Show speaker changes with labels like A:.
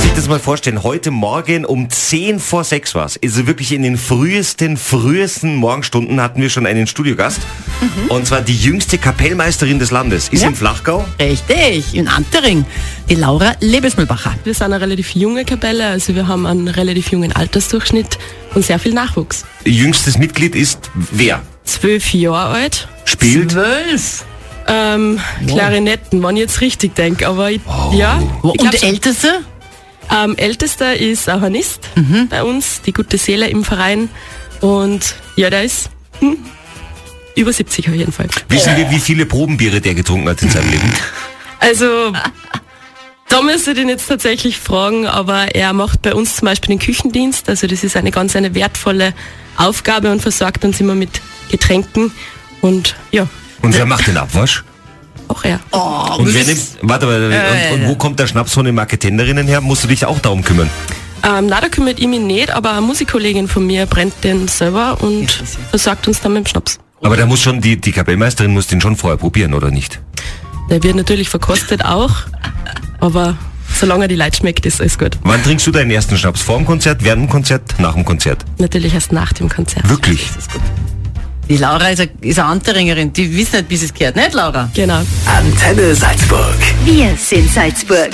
A: sich das mal vorstellen, heute Morgen um 10 vor 6 war es. Also wirklich in den frühesten, frühesten Morgenstunden hatten wir schon einen Studiogast. Und zwar die jüngste Kapellmeisterin des Landes. Ist
B: Ja.
A: im Flachgau.
B: Richtig, in Antering. Die Laura Lebensmühlbacher.
C: Wir sind eine relativ junge Kapelle, also wir haben einen relativ jungen Altersdurchschnitt und sehr viel Nachwuchs.
A: Jüngstes Mitglied ist wer?
C: Zwölf Jahre alt,
A: Spielt?
B: Zwölf.
C: ähm, Klarinetten, wenn ich jetzt richtig denke, aber ich, ja. ich
B: Und e-
C: glaub
B: der
C: schon.
B: Älteste?
C: ähm, Ältester ist ein Hornist bei uns, die gute Seele im Verein und ja, der ist hm, über 70 auf jeden Fall.
A: Wissen wir, wie viele Probenbiere der getrunken hat in seinem Leben?
C: Also, da müsst ihr den jetzt tatsächlich fragen, aber er macht bei uns zum Beispiel den Küchendienst. Also das ist eine ganz eine wertvolle Aufgabe und versorgt uns immer mit Getränken. Und ja,
A: Und wer macht den Abwasch?
C: auch er.
B: Oh,
A: Und wer nimmt, warte, warte, warte, und, und wo kommt der Schnaps von den Marketenderinnen her? Musst du dich auch darum kümmern?
C: Ähm, na, da kümmert ihn mich nicht, aber eine Musikkollegin von mir brennt den selber und
B: Ja, sicher.
C: versorgt uns dann mit dem Schnaps.
A: Aber da muss schon, die, die Kapellmeisterin muss den schon vorher probieren, oder nicht?
C: Der wird natürlich verkostet auch, aber solange er die Leute schmeckt, ist alles gut.
A: Wann trinkst du deinen ersten Schnaps? Vor dem Konzert, während dem Konzert, nach dem Konzert?
C: Natürlich erst nach dem Konzert.
A: Wirklich?
B: Die Laura ist eine, ist eine Anteringerin. Die wissen nicht, bis es gehört. Nicht, Laura?
C: Genau.
D: Antenne Salzburg.
E: Wir sind Salzburg.